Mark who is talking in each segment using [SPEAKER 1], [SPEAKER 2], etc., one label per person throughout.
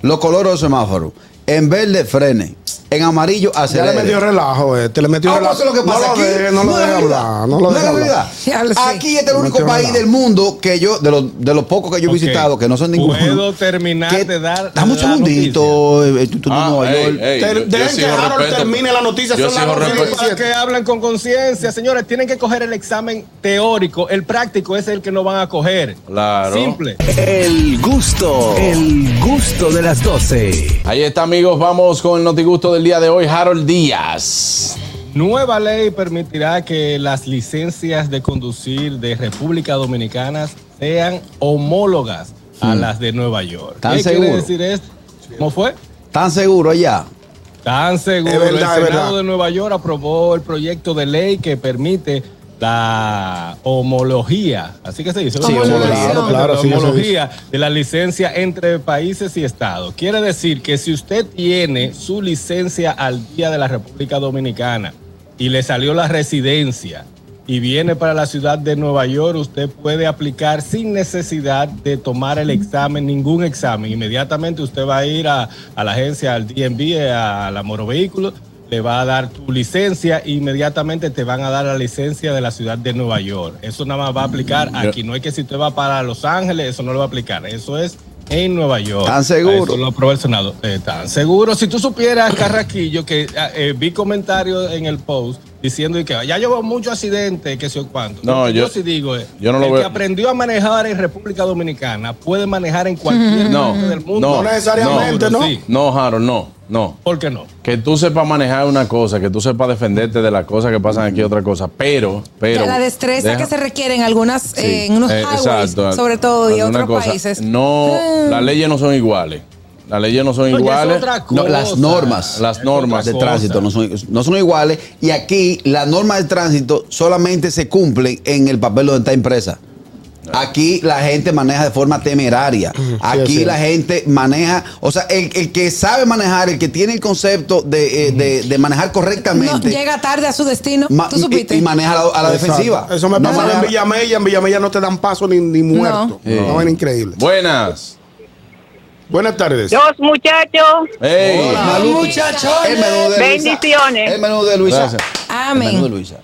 [SPEAKER 1] los colores de semáforo. En verde, frene. En amarillo,
[SPEAKER 2] Ya le
[SPEAKER 1] acelere.
[SPEAKER 2] metió relajo este, le metió
[SPEAKER 1] Ah, pues
[SPEAKER 2] relajo.
[SPEAKER 1] eso es lo que pasa
[SPEAKER 2] no
[SPEAKER 1] aquí.
[SPEAKER 2] Lo deje, no, lo
[SPEAKER 1] es
[SPEAKER 2] deja
[SPEAKER 1] realidad.
[SPEAKER 2] hablar, no lo
[SPEAKER 1] No es
[SPEAKER 2] deja hablar.
[SPEAKER 1] realidad.
[SPEAKER 3] Ya lo sé.
[SPEAKER 1] Aquí este es el
[SPEAKER 2] No
[SPEAKER 1] único
[SPEAKER 2] quiero
[SPEAKER 1] país
[SPEAKER 2] hablar.
[SPEAKER 1] del mundo que yo, de los, de los pocos que yo he
[SPEAKER 4] Ok.
[SPEAKER 1] visitado, que no son ninguno.
[SPEAKER 4] Puedo terminar de dar
[SPEAKER 1] Dame un
[SPEAKER 4] la Ah,
[SPEAKER 1] segundito. eh, tú- tú en
[SPEAKER 5] Ah,
[SPEAKER 1] Nueva York.
[SPEAKER 2] Te- dejen que Harold termine la noticia,
[SPEAKER 5] Yo
[SPEAKER 2] son las
[SPEAKER 5] sigo
[SPEAKER 2] dos y
[SPEAKER 5] respe-
[SPEAKER 2] diecisiete.
[SPEAKER 4] Para que hablan con conciencia, señores, tienen que coger el examen teórico, el práctico es el que no van a coger.
[SPEAKER 5] Claro.
[SPEAKER 4] Simple.
[SPEAKER 6] El gusto, el gusto de las 12.
[SPEAKER 5] Ahí está, amigos. Vamos con el notigusto del día de hoy, Harold Díaz.
[SPEAKER 4] Nueva ley permitirá que las licencias de conducir de República Dominicana sean homólogas
[SPEAKER 2] Mm.
[SPEAKER 4] a las de Nueva York.
[SPEAKER 1] ¿Tan
[SPEAKER 4] ¿Qué
[SPEAKER 1] seguro?
[SPEAKER 4] quiere decir esto? ¿Cómo fue?
[SPEAKER 1] ¿Están seguros allá?
[SPEAKER 4] Tan seguro.
[SPEAKER 2] Es verdad,
[SPEAKER 4] el
[SPEAKER 2] es
[SPEAKER 4] Senado
[SPEAKER 2] verdad.
[SPEAKER 4] de Nueva York aprobó el proyecto de ley que permite la homología, así que se dice,
[SPEAKER 3] Sí,
[SPEAKER 4] ¿verdad?
[SPEAKER 3] homologación. Claro,
[SPEAKER 2] claro,
[SPEAKER 4] la
[SPEAKER 2] sí, eso se
[SPEAKER 4] homología de la licencia entre países y estados. Quiere decir que si usted tiene su licencia al día de la República Dominicana y le salió la residencia y viene para la ciudad de Nueva York, usted puede aplicar sin necesidad de tomar el examen, ningún examen. Inmediatamente usted va a ir a, a la agencia, al DMV, a la Moro Vehículos, le va a dar tu licencia e inmediatamente te van a dar la licencia de la ciudad de Nueva York. Eso nada más va a aplicar
[SPEAKER 5] Mm,
[SPEAKER 4] aquí. No es que si usted va para Los Ángeles, eso no lo va a aplicar. Eso es en Nueva York.
[SPEAKER 1] ¿Tan seguro?
[SPEAKER 4] Eso lo aprobó el Senado. Eh, tan seguro. Si tú supieras, Carraquillo, que ah, eh, vi comentarios en el post diciendo y que ya llevo muchos accidentes, que sé yo cuánto.
[SPEAKER 5] No,
[SPEAKER 4] Lo que
[SPEAKER 5] yo-
[SPEAKER 4] sí digo es,
[SPEAKER 5] yo no lo
[SPEAKER 4] el que
[SPEAKER 5] veo.
[SPEAKER 4] aprendió a manejar en República Dominicana puede manejar en cualquier
[SPEAKER 5] No,
[SPEAKER 4] parte del mundo.
[SPEAKER 5] no, No
[SPEAKER 2] necesariamente, ¿no?
[SPEAKER 4] Sí.
[SPEAKER 5] No, Harold, no, no.
[SPEAKER 4] ¿Por qué no?
[SPEAKER 5] Que tú sepas manejar una cosa, que tú sepas defenderte de las cosas que pasan aquí, otra cosa. Pero, pero.
[SPEAKER 3] Ya la destreza
[SPEAKER 5] deja-
[SPEAKER 3] que se requiere en algunas,
[SPEAKER 5] Sí,
[SPEAKER 3] eh, en unos
[SPEAKER 5] eh,
[SPEAKER 3] highways,
[SPEAKER 5] exacto,
[SPEAKER 3] sobre todo, y
[SPEAKER 5] alguna
[SPEAKER 3] otros
[SPEAKER 5] cosa.
[SPEAKER 3] países. Mm.
[SPEAKER 5] No, las leyes no son iguales. Las leyes no son
[SPEAKER 4] No, ya es
[SPEAKER 5] iguales.
[SPEAKER 4] otra
[SPEAKER 1] No, las
[SPEAKER 4] cosa.
[SPEAKER 1] normas.
[SPEAKER 5] Las
[SPEAKER 4] Es
[SPEAKER 5] normas
[SPEAKER 1] de
[SPEAKER 4] otra cosa.
[SPEAKER 1] tránsito no son, no son iguales y aquí las normas de tránsito solamente se cumplen en el papel donde está impresa. Aquí la gente maneja de forma temeraria. Aquí
[SPEAKER 2] Mm, así
[SPEAKER 1] la gente maneja, o sea, el, el que sabe manejar, el que tiene el concepto de, eh, de- de manejar
[SPEAKER 3] No,
[SPEAKER 1] correctamente
[SPEAKER 3] llega tarde a su destino.
[SPEAKER 1] ma-
[SPEAKER 3] Tú supiste.
[SPEAKER 1] y, y maneja a la, a la
[SPEAKER 2] Exacto.
[SPEAKER 1] defensiva.
[SPEAKER 2] Eso me
[SPEAKER 1] No
[SPEAKER 2] pasaba
[SPEAKER 1] maneja-
[SPEAKER 2] en Villamella. En Villamella no te dan paso ni, ni muerto. No, era increíble.
[SPEAKER 5] Buenas.
[SPEAKER 2] Buenas tardes.
[SPEAKER 7] Los muchachos,
[SPEAKER 5] Ey.
[SPEAKER 1] Hola,
[SPEAKER 3] muchachones.
[SPEAKER 1] El menú de Luisa.
[SPEAKER 7] bendiciones.
[SPEAKER 1] El menú de Luisa.
[SPEAKER 5] Gracias.
[SPEAKER 1] El menú de
[SPEAKER 3] Amén.
[SPEAKER 1] Luisa.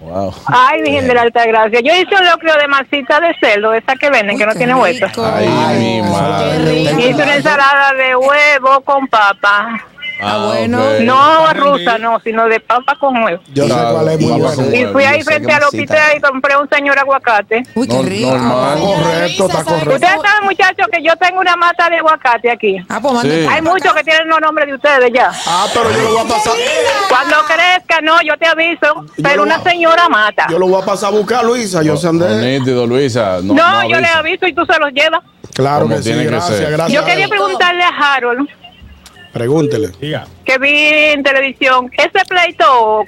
[SPEAKER 5] Wow.
[SPEAKER 7] Ay, Virgen de la Altagracia. Yo hice un locrio de masita de cerdo, esa que venden,
[SPEAKER 3] Uy,
[SPEAKER 7] que no
[SPEAKER 3] qué
[SPEAKER 7] tiene hueso.
[SPEAKER 3] rico.
[SPEAKER 5] Ay, mi madre.
[SPEAKER 7] Hice una ensalada de huevo con papa.
[SPEAKER 3] Ah, bueno.
[SPEAKER 5] ok.
[SPEAKER 7] No
[SPEAKER 4] Está
[SPEAKER 7] rusa,
[SPEAKER 4] rendido.
[SPEAKER 7] no, sino de papa con huevo.
[SPEAKER 2] Yo sé
[SPEAKER 5] Claro,
[SPEAKER 2] cuál es muy
[SPEAKER 5] vamos a
[SPEAKER 2] bueno.
[SPEAKER 5] hacer-
[SPEAKER 7] Y
[SPEAKER 5] Huevo,
[SPEAKER 7] fui ahí
[SPEAKER 1] Luisa,
[SPEAKER 7] frente
[SPEAKER 1] qué
[SPEAKER 7] a la
[SPEAKER 1] masita.
[SPEAKER 7] pizzería y compré un señor aguacate.
[SPEAKER 3] Uy, qué
[SPEAKER 5] No-
[SPEAKER 3] rico.
[SPEAKER 5] normal.
[SPEAKER 2] correcto, está correcto.
[SPEAKER 7] Ustedes saben, muchachos, que yo tengo una mata de aguacate aquí.
[SPEAKER 3] Ah, pues
[SPEAKER 5] Sí.
[SPEAKER 3] manda
[SPEAKER 7] Hay muchos que tienen los nombres de ustedes ya.
[SPEAKER 2] Ah, pero yo lo voy a pasar.
[SPEAKER 7] Cuando crezca, no, yo te aviso, pero
[SPEAKER 2] lo
[SPEAKER 7] una
[SPEAKER 2] hago.
[SPEAKER 7] señora mata.
[SPEAKER 2] Yo lo voy a pasar a buscar, Luisa. Yo sé dónde es.
[SPEAKER 5] Nítido, Luisa. No,
[SPEAKER 7] No,
[SPEAKER 5] no
[SPEAKER 7] yo les
[SPEAKER 5] avisa.
[SPEAKER 7] aviso y tú se los llevas.
[SPEAKER 2] Claro
[SPEAKER 5] Como
[SPEAKER 2] que sí,
[SPEAKER 5] tiene que
[SPEAKER 2] gracias,
[SPEAKER 5] ser.
[SPEAKER 2] gracias.
[SPEAKER 7] Yo quería preguntarle a Harold.
[SPEAKER 2] Pregúntele.
[SPEAKER 4] Diga.
[SPEAKER 7] que vi en televisión, ese pleito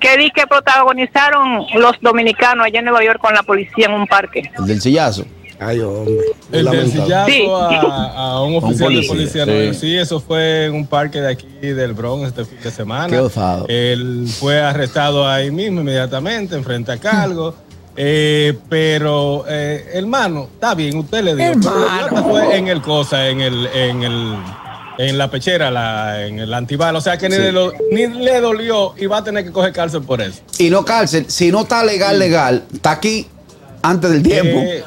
[SPEAKER 7] que vi que protagonizaron los dominicanos allá en Nueva York con la policía en un parque.
[SPEAKER 1] El del sillazo.
[SPEAKER 2] Ay, hombre.
[SPEAKER 4] El
[SPEAKER 2] Lamentable.
[SPEAKER 4] densillazo
[SPEAKER 7] Sí.
[SPEAKER 4] a, a un oficial
[SPEAKER 1] policía,
[SPEAKER 4] de policía. ¿no?
[SPEAKER 5] sí.
[SPEAKER 4] Sí. eso fue en un parque de aquí del Bronx este fin de semana.
[SPEAKER 1] Qué osado.
[SPEAKER 4] Él fue arrestado ahí mismo inmediatamente, enfrente a cargo. Eh, pero, eh, hermano, está bien, usted le dijo. pero el
[SPEAKER 3] Hermano.
[SPEAKER 4] plata fue en el cosa, en el, en el, en la pechera, la, en el antibal. O sea que ni, le, lo- ni le dolió y va a tener que coger cárcel por eso.
[SPEAKER 1] Y no cárcel, si no está legal, legal, está aquí antes del tiempo.
[SPEAKER 4] Eh,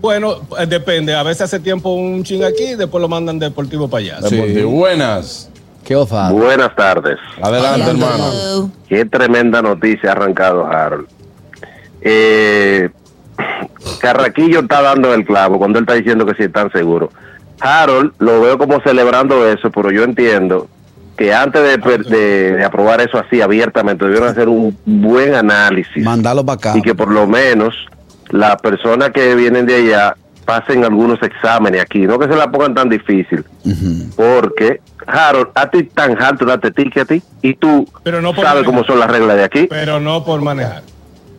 [SPEAKER 4] bueno, eh, depende. A veces hace tiempo un ching aquí y después lo mandan deportivo para allá.
[SPEAKER 5] Sí. Deportivo. Buenas.
[SPEAKER 1] Qué ofado.
[SPEAKER 8] Buenas tardes.
[SPEAKER 5] Adelante, hermano.
[SPEAKER 8] Qué tremenda noticia ha arrancado Harold. Eh, Carraquillo está dando el clavo cuando él está diciendo que sí están seguros. Harold lo veo como celebrando eso, pero yo entiendo que antes de, per- de- de aprobar eso así abiertamente debieron hacer un buen análisis
[SPEAKER 1] Mandalo para acá.
[SPEAKER 8] y que por lo menos las personas que vienen de allá pasen algunos exámenes aquí, no que se la pongan tan difícil, porque Harold, a ti tan alto date ticket a ti y tú
[SPEAKER 4] Pero no por
[SPEAKER 8] sabes
[SPEAKER 4] la-
[SPEAKER 8] cómo son las reglas de aquí.
[SPEAKER 4] Pero no por manejar.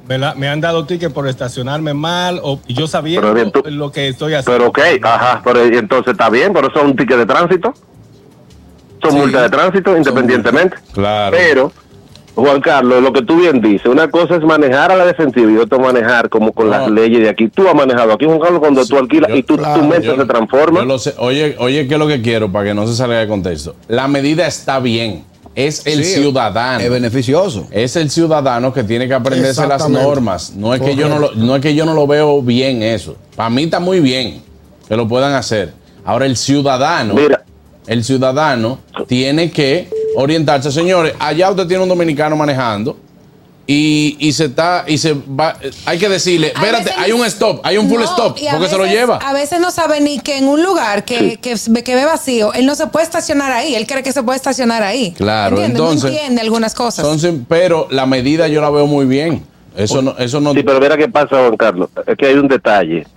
[SPEAKER 4] Me, la- me han dado ticket por estacionarme mal o y yo sabiendo
[SPEAKER 8] Pero bien, tú-
[SPEAKER 4] lo que estoy haciendo.
[SPEAKER 8] Pero ok, ajá, pero entonces está bien, pero son un ticket de tránsito, son multas de tránsito independientemente.
[SPEAKER 5] Claro.
[SPEAKER 8] Pero Juan Carlos, lo que tú bien dices, una cosa es manejar a la defensiva y otra manejar como con las leyes de aquí. Tú has manejado aquí, Juan Carlos, cuando tú alquilas
[SPEAKER 5] Ah. yo-
[SPEAKER 8] y tú,
[SPEAKER 2] claro,
[SPEAKER 8] tu mente
[SPEAKER 5] Yo-
[SPEAKER 8] se transforma.
[SPEAKER 5] yo lo sé. Oye, oye, ¿qué es lo que quiero para que no se salga de contexto? La medida está bien. Es el
[SPEAKER 1] Sí,
[SPEAKER 5] ciudadano.
[SPEAKER 1] Es beneficioso.
[SPEAKER 5] Es el ciudadano que tiene que aprenderse las
[SPEAKER 2] Exactamente.
[SPEAKER 5] normas. No es, que yo no, lo,
[SPEAKER 2] Correcto.
[SPEAKER 5] no es que yo no lo veo bien eso. Para mí está muy bien que lo puedan hacer. Ahora el ciudadano,
[SPEAKER 8] Mira.
[SPEAKER 5] el ciudadano tiene que orientarse, señores. Allá usted tiene un dominicano manejando y, y se está y se va. Hay que decirle,
[SPEAKER 3] A veces
[SPEAKER 5] espérate,
[SPEAKER 3] ni-
[SPEAKER 5] hay un stop, hay un full
[SPEAKER 3] No,
[SPEAKER 5] stop,
[SPEAKER 3] y a
[SPEAKER 5] porque se lo
[SPEAKER 3] veces-
[SPEAKER 5] lleva.
[SPEAKER 3] A veces no sabe ni que en un lugar que, que, que ve vacío, él no se puede estacionar ahí. Él cree que se puede estacionar ahí.
[SPEAKER 5] Claro,
[SPEAKER 3] ¿Entiendes? No
[SPEAKER 5] entonces-
[SPEAKER 3] entiende algunas cosas.
[SPEAKER 5] Entonces, pero la medida yo la veo muy bien. Eso no, eso no.
[SPEAKER 8] Sí, pero mira qué pasa, Juan Carlos. Es que hay un detalle.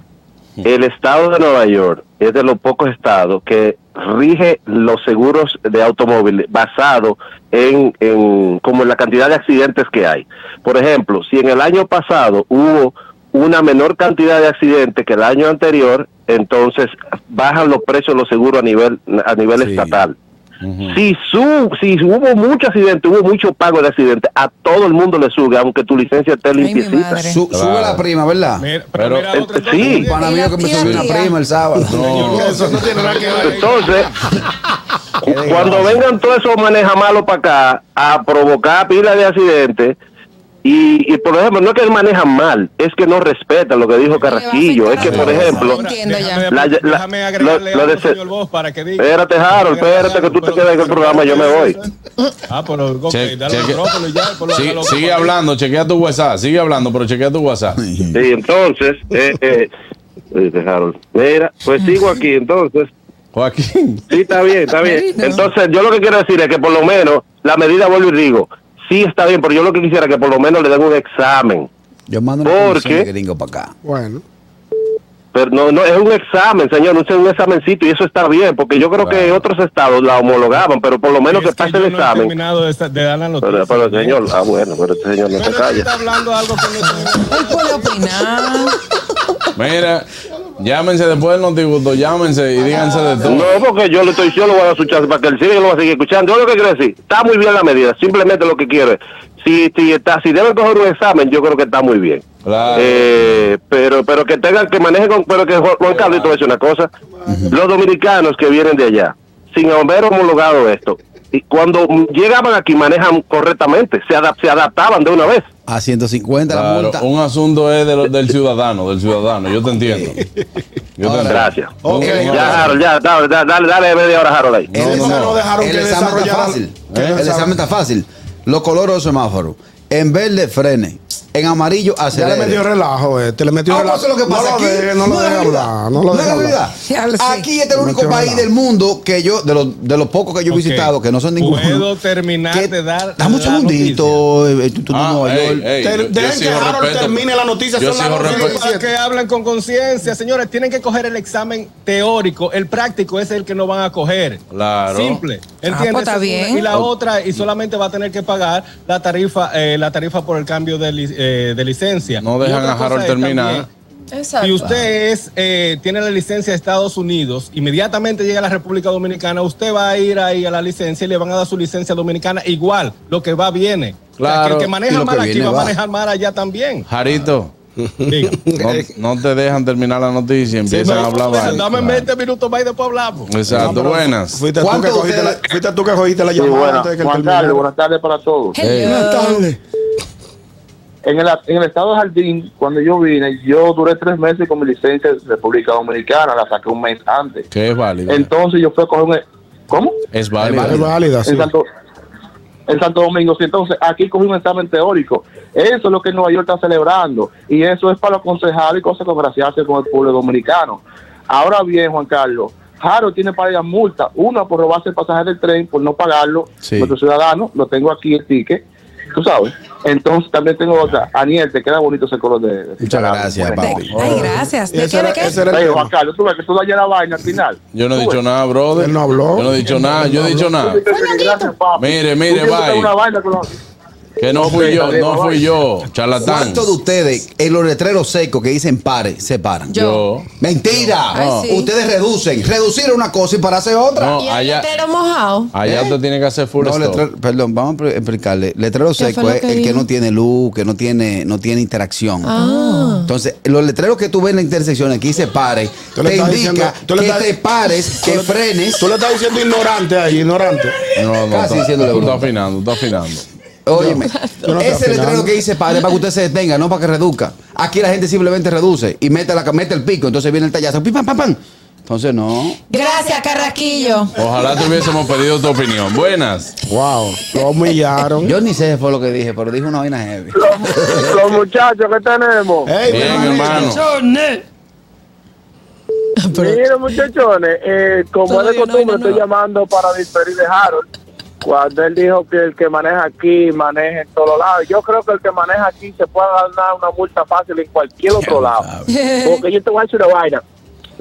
[SPEAKER 8] El estado de Nueva York es de los pocos estados que rige los seguros de automóviles basado en, en- como en la cantidad de accidentes que hay. Por ejemplo, si en el año pasado hubo una menor cantidad de accidentes que el año anterior, entonces bajan los precios de los seguros a nivel a nivel
[SPEAKER 5] Sí.
[SPEAKER 8] estatal. Si, su, si hubo mucho accidente, hubo mucho pago de accidente, a todo el mundo le sube, aunque tu licencia esté
[SPEAKER 3] Ay, mi
[SPEAKER 8] limpiecita.
[SPEAKER 3] madre.
[SPEAKER 1] Su-
[SPEAKER 5] Claro.
[SPEAKER 1] Sube la prima, ¿verdad?
[SPEAKER 4] Mira, pero,
[SPEAKER 5] Pero-
[SPEAKER 4] mira otra cosa.
[SPEAKER 8] este, Sí.
[SPEAKER 1] Un pana mío que me
[SPEAKER 3] Tía,
[SPEAKER 1] subió una
[SPEAKER 3] tía.
[SPEAKER 1] prima el sábado.
[SPEAKER 5] No.
[SPEAKER 2] Eso no tiene nada que ver.
[SPEAKER 8] Entonces, cu- cuando vengan todos esos maneja malos para acá a provocar pila de accidentes, y, y, por ejemplo, no es que manejan mal, es que no respetan lo que dijo
[SPEAKER 3] va a
[SPEAKER 8] Carraquillo. Es
[SPEAKER 3] afectar a
[SPEAKER 8] que, por
[SPEAKER 3] todos.
[SPEAKER 8] ejemplo,
[SPEAKER 3] Ahora- Entiendo ya.
[SPEAKER 4] déjame,
[SPEAKER 8] La- la-
[SPEAKER 4] déjame
[SPEAKER 8] lo-
[SPEAKER 4] agregarle
[SPEAKER 8] lo
[SPEAKER 4] algo,
[SPEAKER 8] de ser-
[SPEAKER 4] señor Bosch, para que diga.
[SPEAKER 8] Espérate, Harold,
[SPEAKER 4] Déjame agregarle
[SPEAKER 8] espérate, que
[SPEAKER 4] algo,
[SPEAKER 8] tú te
[SPEAKER 4] pero-
[SPEAKER 8] quedas en el programa, yo me voy.
[SPEAKER 4] Ah, pero ok,
[SPEAKER 5] Che-
[SPEAKER 4] dale el
[SPEAKER 5] cheque-
[SPEAKER 4] micrófono y ya, por lo-
[SPEAKER 5] Sí,
[SPEAKER 4] lo-
[SPEAKER 5] sigue hablando, chequea tu WhatsApp, sigue hablando, pero chequea tu WhatsApp.
[SPEAKER 8] Sí, entonces, eh, eh, dice Harold, mira, pues sigo aquí, entonces.
[SPEAKER 5] Joaquín.
[SPEAKER 8] Sí, está bien, está bien. Entonces, yo lo que quiero decir es que por lo menos la medida, vuelvo y digo, sí está bien, pero yo lo que quisiera es que por lo menos le den un examen.
[SPEAKER 1] Yo mando una
[SPEAKER 8] ¿Por
[SPEAKER 1] comisión de
[SPEAKER 8] qué?
[SPEAKER 1] gringo para acá.
[SPEAKER 2] Bueno.
[SPEAKER 8] Pero no, no, es un examen, señor, no es un examencito y eso está bien, porque yo creo que
[SPEAKER 5] Claro.
[SPEAKER 8] otros estados la homologaban, pero por lo menos
[SPEAKER 4] Es
[SPEAKER 8] que pase
[SPEAKER 4] yo
[SPEAKER 8] el
[SPEAKER 4] no he
[SPEAKER 8] examen.
[SPEAKER 4] terminado de, esta- de dar la noticia.
[SPEAKER 8] Pero, pero, señor, ah, bueno, pero este señor no
[SPEAKER 4] Pero
[SPEAKER 8] se
[SPEAKER 4] es que está
[SPEAKER 8] calla.
[SPEAKER 4] hablando algo que no tiene-
[SPEAKER 3] Él puede opinar.
[SPEAKER 5] Mira, llámense después del notigusto, llámense y díganse de todo.
[SPEAKER 8] No, porque yo le estoy, yo le voy a dar su chance para que él siga y lo va a seguir escuchando. Yo lo que quiero decir, está muy bien la medida, simplemente lo que quiero es, si, si, está, si deben coger un examen, yo creo que está muy bien.
[SPEAKER 5] Claro.
[SPEAKER 8] Eh, pero pero que tengan que manejen con, pero que Juan Juan Carlos y te voy a decir una cosa los dominicanos que vienen de allá sin haber homologado esto y cuando llegaban aquí manejan correctamente se, adap- se adaptaban de una vez
[SPEAKER 1] A 150 la
[SPEAKER 5] Claro,
[SPEAKER 1] multa.
[SPEAKER 5] un asunto es de lo- del ciudadano, del ciudadano, yo te entiendo. Yo te
[SPEAKER 8] gracias
[SPEAKER 5] Un-
[SPEAKER 2] Ok.
[SPEAKER 5] un-
[SPEAKER 8] ya Harold ya dale dale, dale, dale media hora Harold ahí
[SPEAKER 1] el
[SPEAKER 2] No,
[SPEAKER 1] examen,
[SPEAKER 2] no, no dejaron
[SPEAKER 1] el
[SPEAKER 2] que
[SPEAKER 1] examen está
[SPEAKER 2] desarrollara-
[SPEAKER 1] fácil.
[SPEAKER 2] que
[SPEAKER 1] El
[SPEAKER 2] desarroll-
[SPEAKER 1] examen está fácil. Los colores de los semáforos. En verde, frene. En amarillo,
[SPEAKER 2] Ya le
[SPEAKER 1] acelere.
[SPEAKER 2] metió relajo, eh. Te le metió
[SPEAKER 1] Ah,
[SPEAKER 2] relajo.
[SPEAKER 1] eso es lo que pasa
[SPEAKER 2] no
[SPEAKER 1] aquí.
[SPEAKER 2] Lo deje, no lo
[SPEAKER 1] es
[SPEAKER 2] deje
[SPEAKER 1] realidad.
[SPEAKER 2] hablar. No lo
[SPEAKER 1] es
[SPEAKER 2] deje hablar.
[SPEAKER 1] realidad.
[SPEAKER 3] Sí, habla, sí.
[SPEAKER 1] Aquí este es el
[SPEAKER 2] No
[SPEAKER 1] único
[SPEAKER 2] quiero
[SPEAKER 1] país
[SPEAKER 2] hablar.
[SPEAKER 1] del mundo que yo, de los, de los pocos que yo he
[SPEAKER 4] Ok.
[SPEAKER 1] visitado, que no son ninguno.
[SPEAKER 4] ¿Puedo terminar de dar
[SPEAKER 1] Dame un
[SPEAKER 4] la
[SPEAKER 1] segundito. eh, tú- tú en
[SPEAKER 5] Ah,
[SPEAKER 1] Nueva
[SPEAKER 5] ey,
[SPEAKER 1] York.
[SPEAKER 5] ey,
[SPEAKER 2] Te-
[SPEAKER 5] yo- yo
[SPEAKER 2] dejen
[SPEAKER 5] sigo
[SPEAKER 2] que Harold
[SPEAKER 5] respeto.
[SPEAKER 2] termine la noticia,
[SPEAKER 5] Yo
[SPEAKER 2] son las
[SPEAKER 5] sigo
[SPEAKER 2] dos y
[SPEAKER 5] respeto.
[SPEAKER 4] Para que hablan con conciencia, señores, tienen que coger el examen teórico, el práctico es el que no van a coger.
[SPEAKER 5] Claro. Ah,
[SPEAKER 4] Simple. ¿Entiendes?
[SPEAKER 3] pues, está
[SPEAKER 4] Esa es una-
[SPEAKER 3] bien.
[SPEAKER 4] Y la otra, y solamente va a tener que pagar la tarifa, eh, la tarifa por el cambio de, li- eh, de licencia.
[SPEAKER 5] No dejan
[SPEAKER 4] Y otra
[SPEAKER 5] a Harold
[SPEAKER 4] cosa es
[SPEAKER 5] terminar.
[SPEAKER 3] Exacto.
[SPEAKER 4] si usted es, eh, tiene la licencia de Estados Unidos, inmediatamente llega a la República Dominicana, usted va a ir ahí a la licencia y le van a dar su licencia dominicana igual, lo que va viene. O sea,
[SPEAKER 5] Claro,
[SPEAKER 4] que el que
[SPEAKER 1] y lo
[SPEAKER 4] maneja
[SPEAKER 1] que
[SPEAKER 4] mal aquí
[SPEAKER 1] viene
[SPEAKER 4] va,
[SPEAKER 1] va.
[SPEAKER 4] a manejar mal allá también.
[SPEAKER 5] Jarito,
[SPEAKER 4] Diga.
[SPEAKER 5] no, no te dejan terminar la noticia, empiezan a hablar. vaina.
[SPEAKER 4] Dame 20 minutos más y después hablamos.
[SPEAKER 5] Exacto, buenas.
[SPEAKER 2] Fuiste tú,
[SPEAKER 1] ¿Cuánto
[SPEAKER 2] que cogiste
[SPEAKER 1] ustedes-
[SPEAKER 2] la, fuiste tú que cogiste la
[SPEAKER 9] Sí,
[SPEAKER 2] llamada
[SPEAKER 9] buena.
[SPEAKER 2] antes de que él
[SPEAKER 9] Juan
[SPEAKER 2] terminara.
[SPEAKER 9] Carlos, buenas tardes para todos.
[SPEAKER 3] Hello.
[SPEAKER 9] En el, en el estado de Jardín, cuando yo vine, yo duré tres meses con mi licencia de República Dominicana, la saqué un mes antes.
[SPEAKER 5] Que es válido.
[SPEAKER 9] Entonces yo fui a coger un... e- ¿Cómo?
[SPEAKER 5] es
[SPEAKER 2] Es
[SPEAKER 5] válido.
[SPEAKER 2] válida, sí.
[SPEAKER 9] En, Santo, en Santo Domingo. Sí, entonces aquí cogí un examen teórico. Eso es lo que Nueva York está celebrando. Y eso es para aconsejar y cosas congraciarse con el pueblo dominicano. Ahora bien, Juan Carlos, Harold tiene varias multas. Una por robarse el pasaje del tren, por no pagarlo.
[SPEAKER 5] Sí.
[SPEAKER 9] Nuestro ciudadano, lo tengo aquí el ticket. Tú sabes. Entonces también tengo otra. Aniel, te queda bonito ese color de... de
[SPEAKER 1] Muchas gracias,
[SPEAKER 9] Bueno,
[SPEAKER 1] papi.
[SPEAKER 3] Ay, gracias. ¿De
[SPEAKER 2] Ese
[SPEAKER 3] qué?
[SPEAKER 2] era-
[SPEAKER 3] ¿De qué?
[SPEAKER 2] ese era el
[SPEAKER 9] Oye,
[SPEAKER 2] tema.
[SPEAKER 9] Juan Carlos, tú ves que tú dañas la vaina al final.
[SPEAKER 5] Yo no he
[SPEAKER 9] Tú ves.
[SPEAKER 5] dicho nada, brother.
[SPEAKER 2] Pues, Él no habló.
[SPEAKER 5] Yo no he dicho nada, yo no he dicho nada.
[SPEAKER 9] Gracias, papi.
[SPEAKER 5] Mire, mire,
[SPEAKER 9] Tú siempre
[SPEAKER 5] bye.
[SPEAKER 9] una vaina con la-
[SPEAKER 5] Que Que no fui yo, no fui yo, charlatán.
[SPEAKER 1] ¿Cuántos de ustedes en los letreros secos que dicen pare, se paran?
[SPEAKER 5] Yo.
[SPEAKER 1] Mentira.
[SPEAKER 3] Ay,
[SPEAKER 1] No.
[SPEAKER 3] sí.
[SPEAKER 1] Ustedes reducen. Reducir es una cosa y pararse es otra.
[SPEAKER 5] No,
[SPEAKER 1] No.
[SPEAKER 3] Y el
[SPEAKER 5] allá,
[SPEAKER 3] letrero mojado.
[SPEAKER 5] allá
[SPEAKER 2] ¿Eh?
[SPEAKER 5] usted tiene que hacer full stop.
[SPEAKER 1] letrero- perdón, vamos a explicarle. Letrero
[SPEAKER 3] fue
[SPEAKER 1] seco
[SPEAKER 3] lo
[SPEAKER 1] es
[SPEAKER 3] que
[SPEAKER 1] el que
[SPEAKER 3] dijo?
[SPEAKER 1] no tiene luz, que no tiene, no tiene interacción.
[SPEAKER 3] Ah.
[SPEAKER 1] Entonces, los letreros que tú ves en la intersección aquí se pare,
[SPEAKER 2] Tú le
[SPEAKER 1] te indica
[SPEAKER 2] estás diciendo- tú le
[SPEAKER 1] que
[SPEAKER 2] estás-
[SPEAKER 1] te pares, que frenes.
[SPEAKER 2] Tú le estás diciendo ignorante ahí, ignorante.
[SPEAKER 5] No, no,
[SPEAKER 1] Casi
[SPEAKER 5] está-
[SPEAKER 1] diciéndole
[SPEAKER 5] tú
[SPEAKER 1] bruto.
[SPEAKER 5] estás afinando, tú estás afinando.
[SPEAKER 1] Óyeme,
[SPEAKER 2] no estoy
[SPEAKER 1] ese letrero
[SPEAKER 2] afinando.
[SPEAKER 1] que dice pare es para que usted se detenga, no para que reduzca. Aquí la gente simplemente reduce y mete, la, mete el pico, entonces viene el tallazo, pim, pam, pam, pam. Entonces, no.
[SPEAKER 3] Gracias, Carraquillo.
[SPEAKER 5] Ojalá te hubiésemos pedido tu opinión. Buenas.
[SPEAKER 2] Wow, lo humillaron.
[SPEAKER 1] Yo ni sé si fue lo que dije, pero dije una vaina heavy.
[SPEAKER 9] Los, los muchachos que tenemos.
[SPEAKER 2] Ey, mi
[SPEAKER 5] Bien, hermano.
[SPEAKER 9] Miren, muchachones, eh, como es de costumbre, estoy llamando para diferir de Harold. Cuando él dijo que el que maneja aquí maneja en todos lados, yo creo que el que maneja aquí se puede ganar una multa fácil en cualquier otro lado. Porque yo te voy a decir una vaina.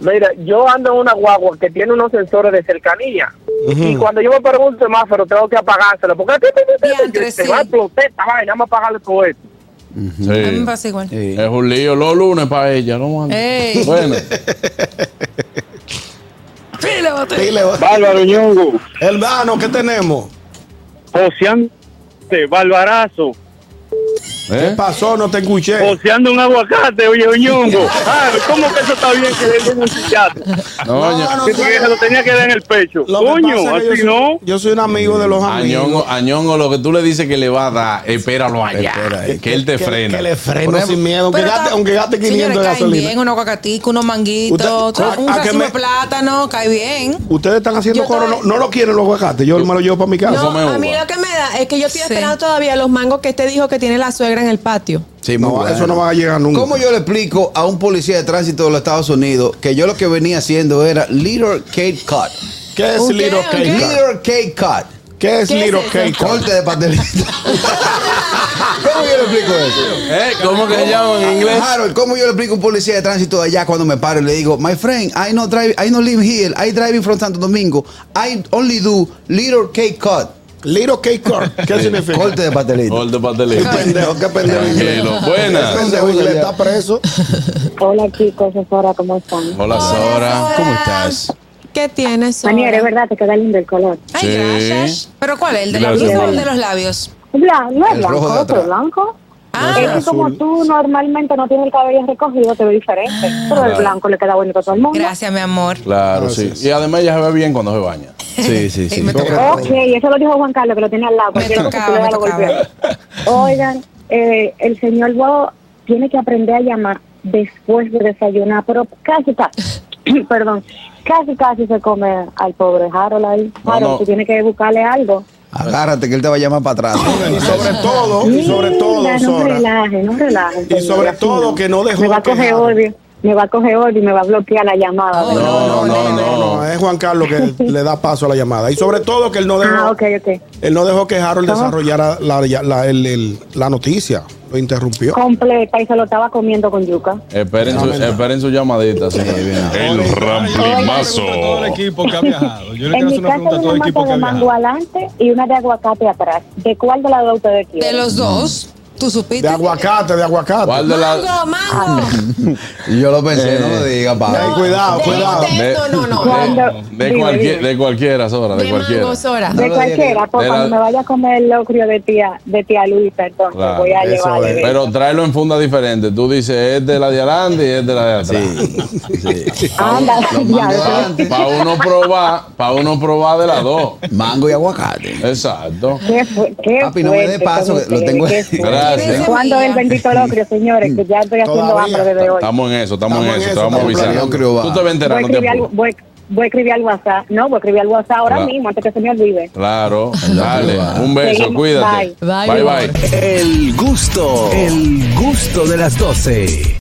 [SPEAKER 9] Mira, yo ando en una guagua que tiene unos sensores de cercanía. Y cuando yo me paro en un semáforo, tengo que apagárselo. Porque ti, ti, ti, ti,
[SPEAKER 3] Diantre,
[SPEAKER 9] yo- se
[SPEAKER 3] sí.
[SPEAKER 9] va a explotar esta vaina, vamos a apagarle todo esto.
[SPEAKER 3] A mí
[SPEAKER 5] Sí.
[SPEAKER 3] me pasa igual.
[SPEAKER 1] Sí.
[SPEAKER 5] Es un lío. Los lunes para ella. ¿Cómo anda?
[SPEAKER 3] Ey.
[SPEAKER 5] Bueno.
[SPEAKER 3] Pile, bote.
[SPEAKER 2] Dile,
[SPEAKER 9] Bárbaro Ñongo,
[SPEAKER 2] hermano, ¿qué tenemos?
[SPEAKER 9] joseante, barbarazo,
[SPEAKER 2] ¿Qué
[SPEAKER 5] ¿eh?
[SPEAKER 2] pasó? No te escuché.
[SPEAKER 9] joseando un aguacate, oye, Ñongo. Ah, ¿Cómo que eso está bien que le den un chichato?
[SPEAKER 5] No, ña-
[SPEAKER 2] no,
[SPEAKER 9] Que tu vieja lo tenía que dar en el pecho.
[SPEAKER 2] Lo que
[SPEAKER 9] Coño,
[SPEAKER 2] pasa es que yo
[SPEAKER 9] así
[SPEAKER 2] soy-
[SPEAKER 9] no.
[SPEAKER 2] Yo soy un amigo de los
[SPEAKER 5] a
[SPEAKER 2] amigos.
[SPEAKER 5] Ñongo- a Ñongo lo que tú le dices que le va a dar, espéralo allá. que él te
[SPEAKER 2] que-
[SPEAKER 5] frena.
[SPEAKER 2] Que le
[SPEAKER 1] Por
[SPEAKER 2] freno
[SPEAKER 1] ejemplo,
[SPEAKER 2] sin miedo. Aunque
[SPEAKER 3] Pero
[SPEAKER 2] gaste,
[SPEAKER 3] está-
[SPEAKER 2] aunque gaste 500 de
[SPEAKER 3] Señores, caen
[SPEAKER 2] gasolina.
[SPEAKER 3] bien, unos aguacatico, unos manguitos,
[SPEAKER 2] Usted-
[SPEAKER 3] un
[SPEAKER 2] a- a que
[SPEAKER 3] racimo
[SPEAKER 2] me-
[SPEAKER 3] de plátano, cae bien.
[SPEAKER 2] Ustedes están haciendo
[SPEAKER 10] Yo
[SPEAKER 2] coro. No,
[SPEAKER 10] estaba-
[SPEAKER 2] no lo quieren los aguacates. Yo me lo llevo para mi casa.
[SPEAKER 10] No,
[SPEAKER 5] No, Come
[SPEAKER 10] a mí
[SPEAKER 5] uva.
[SPEAKER 10] lo que me da es que yo estoy
[SPEAKER 3] Sí.
[SPEAKER 10] esperando todavía los mangos que este dijo que tiene la suegra en el patio.
[SPEAKER 1] Sí,
[SPEAKER 2] No,
[SPEAKER 1] muy bueno.
[SPEAKER 2] eso no va a llegar nunca.
[SPEAKER 1] ¿Cómo yo le explico a un policía de tránsito de los Estados Unidos que yo lo que venía haciendo era Little Cake Cut?
[SPEAKER 2] ¿Qué es
[SPEAKER 10] ¿Usted
[SPEAKER 2] Little
[SPEAKER 10] o
[SPEAKER 2] Cake?
[SPEAKER 10] qué?
[SPEAKER 2] Cut?
[SPEAKER 1] Little Cake Cut.
[SPEAKER 2] ¿Qué es
[SPEAKER 10] ¿Qué es
[SPEAKER 2] Little
[SPEAKER 10] eso?
[SPEAKER 2] Cake? Cut?
[SPEAKER 1] Corte de pastelito. ¿Cómo yo le explico eso?
[SPEAKER 5] ¿Eh? ¿Cómo que se llama en inglés?
[SPEAKER 1] Harold, ¿cómo yo le explico a un policía de tránsito de allá cuando me paro y le digo, my friend, I no drive, I no live here, I driving from Santo Domingo, I only do little cake cut,
[SPEAKER 2] Little Cake Cut. ¿Qué significa?
[SPEAKER 1] corte de pastelito.
[SPEAKER 5] Gordo
[SPEAKER 2] Qué
[SPEAKER 5] pastelito.
[SPEAKER 2] pendejo, qué pendejo. inglés.
[SPEAKER 5] Tranquilo. Buenas.
[SPEAKER 2] Pendejo inglés, está preso.
[SPEAKER 11] Hola chicos, Sora, ¿cómo están?
[SPEAKER 5] Hola, Sora. ¿Cómo estás?
[SPEAKER 10] ¿Qué tienes? Sora?
[SPEAKER 11] Manier, es verdad, te queda lindo el color.
[SPEAKER 3] Ay,
[SPEAKER 5] Sí.
[SPEAKER 3] gracias. ¿Pero cuál es? ¿El de la
[SPEAKER 5] Gracias.
[SPEAKER 3] blusa o el de los labios?
[SPEAKER 11] Bla- no es
[SPEAKER 1] El rojo
[SPEAKER 11] blanco,
[SPEAKER 1] de atrás.
[SPEAKER 11] otro blanco.
[SPEAKER 3] Ah.
[SPEAKER 11] es que
[SPEAKER 2] Azul.
[SPEAKER 11] como tú normalmente no tienes el cabello recogido, te ve diferente. Pero
[SPEAKER 5] Claro.
[SPEAKER 11] el blanco le queda bonito a todo el mundo.
[SPEAKER 3] Gracias, mi amor.
[SPEAKER 5] Claro, sí.
[SPEAKER 2] Gracias.
[SPEAKER 5] Y además ella se ve bien cuando se baña.
[SPEAKER 1] Sí, sí, sí.
[SPEAKER 3] Me tocó.
[SPEAKER 11] Ok, eso lo dijo Juan Carlos, que lo tenía al lado. porque yo no sé
[SPEAKER 3] tocaba,
[SPEAKER 11] si le
[SPEAKER 3] me
[SPEAKER 11] da la
[SPEAKER 3] tocaba.
[SPEAKER 11] golpeada. Oigan, eh, el señor Bo tiene que aprender a llamar después Pues de desayunar, pero casi, casi, perdón, casi, casi se come al pobre Harold ahí.
[SPEAKER 5] No,
[SPEAKER 11] Harold,
[SPEAKER 5] no.
[SPEAKER 11] tú tienes que buscarle algo.
[SPEAKER 1] Agárrate que él te va a llamar para
[SPEAKER 2] Y
[SPEAKER 1] atrás.
[SPEAKER 2] sobre todo, y sobre todo,
[SPEAKER 11] Mira, no
[SPEAKER 2] Sora.
[SPEAKER 11] relaje, no relaje.
[SPEAKER 2] Y sobre
[SPEAKER 11] así
[SPEAKER 2] todo que no dejó
[SPEAKER 11] Me va a
[SPEAKER 2] de
[SPEAKER 11] coger
[SPEAKER 2] quejar.
[SPEAKER 11] odio, me va a coger odio y me va a bloquear la llamada.
[SPEAKER 3] Oh,
[SPEAKER 11] ¿verdad?
[SPEAKER 5] No, no,
[SPEAKER 2] No,
[SPEAKER 5] no.
[SPEAKER 2] no, es Juan Carlos que le da paso a la llamada. Y sobre todo que él no dejó,
[SPEAKER 11] Ah, ok, ok.
[SPEAKER 2] él no dejó que Harold
[SPEAKER 11] ¿Cómo?
[SPEAKER 2] desarrollara la, la- el- el- la noticia. Lo interrumpió.
[SPEAKER 11] Completa y se lo estaba comiendo con yuca.
[SPEAKER 5] Esperen su, esperen su llamadita. sí.
[SPEAKER 4] El ramplimazo. Todo el equipo que ha viajado. Yo le
[SPEAKER 11] En
[SPEAKER 4] quiero
[SPEAKER 11] mi
[SPEAKER 4] hacer una
[SPEAKER 11] casa hay
[SPEAKER 4] pregunta a todo
[SPEAKER 11] una
[SPEAKER 4] el equipo
[SPEAKER 11] mata
[SPEAKER 4] que ha
[SPEAKER 11] de mango
[SPEAKER 4] viajado.
[SPEAKER 11] adelante y una de aguacate atrás. ¿De cuál de las dos ustedes
[SPEAKER 3] De
[SPEAKER 11] quieren?
[SPEAKER 3] los dos, tú supiste.
[SPEAKER 2] De aguacate, de aguacate.
[SPEAKER 5] ¿Cuál de las
[SPEAKER 3] Mango, mango.
[SPEAKER 1] Y yo lo pensé, no me digas,
[SPEAKER 2] Ey,
[SPEAKER 1] papá.
[SPEAKER 2] cuidado,
[SPEAKER 10] de-
[SPEAKER 2] cuidado.
[SPEAKER 10] de-
[SPEAKER 5] De-
[SPEAKER 10] no, no, no.
[SPEAKER 11] Cuando-
[SPEAKER 5] de,
[SPEAKER 11] dime,
[SPEAKER 5] cualquier,
[SPEAKER 11] dime.
[SPEAKER 5] de cualquiera, Sora, de
[SPEAKER 10] De
[SPEAKER 5] cualquiera.
[SPEAKER 10] mango, Sora.
[SPEAKER 1] No
[SPEAKER 11] De
[SPEAKER 1] lo
[SPEAKER 11] cualquiera,
[SPEAKER 1] digas.
[SPEAKER 11] pues
[SPEAKER 5] De
[SPEAKER 11] cuando
[SPEAKER 5] la-
[SPEAKER 11] me vaya a comer el locrio de tía, de tía Luisa, entonces
[SPEAKER 5] Claro, Eh,
[SPEAKER 11] voy a
[SPEAKER 2] eso es.
[SPEAKER 11] llevarle. de-
[SPEAKER 5] Pero tráelo en funda diferente. Tú dices, es de la de adelante y es de la de atrás.
[SPEAKER 11] Anda,
[SPEAKER 1] Los
[SPEAKER 11] ya,
[SPEAKER 1] mangos
[SPEAKER 11] eso-
[SPEAKER 1] adelante.
[SPEAKER 5] Para uno probar, para uno probar de las dos.
[SPEAKER 1] Mango y aguacate.
[SPEAKER 5] Exacto.
[SPEAKER 11] Qué fu- qué
[SPEAKER 1] Papi, no me dé
[SPEAKER 11] fuerte
[SPEAKER 1] paso,
[SPEAKER 11] con
[SPEAKER 1] que lo
[SPEAKER 11] ustedes,
[SPEAKER 1] tengo-
[SPEAKER 11] qué fuerte.
[SPEAKER 5] Gracias.
[SPEAKER 11] ¿Cuándo es el bendito locrio, señores? Que ya estoy haciendo
[SPEAKER 2] Todavía.
[SPEAKER 11] hambre desde hoy.
[SPEAKER 5] Estamos en eso, estamos en eso, te vamos a
[SPEAKER 2] estamos
[SPEAKER 5] avisar.
[SPEAKER 1] planeando.
[SPEAKER 5] Tú te vas a
[SPEAKER 11] Voy a,
[SPEAKER 5] enterar, no te
[SPEAKER 11] escribir al,
[SPEAKER 5] apures.
[SPEAKER 11] voy, voy a escribir al WhatsApp. No, voy a escribir al WhatsApp ahora
[SPEAKER 5] Claro.
[SPEAKER 11] mismo, antes que se me olvide.
[SPEAKER 5] Claro, dale. Un beso,
[SPEAKER 11] Seguimos.
[SPEAKER 5] cuídate.
[SPEAKER 10] Bye.
[SPEAKER 5] bye.
[SPEAKER 10] Bye, mi
[SPEAKER 5] bye.
[SPEAKER 10] amor.
[SPEAKER 6] El gusto, el gusto de las doce.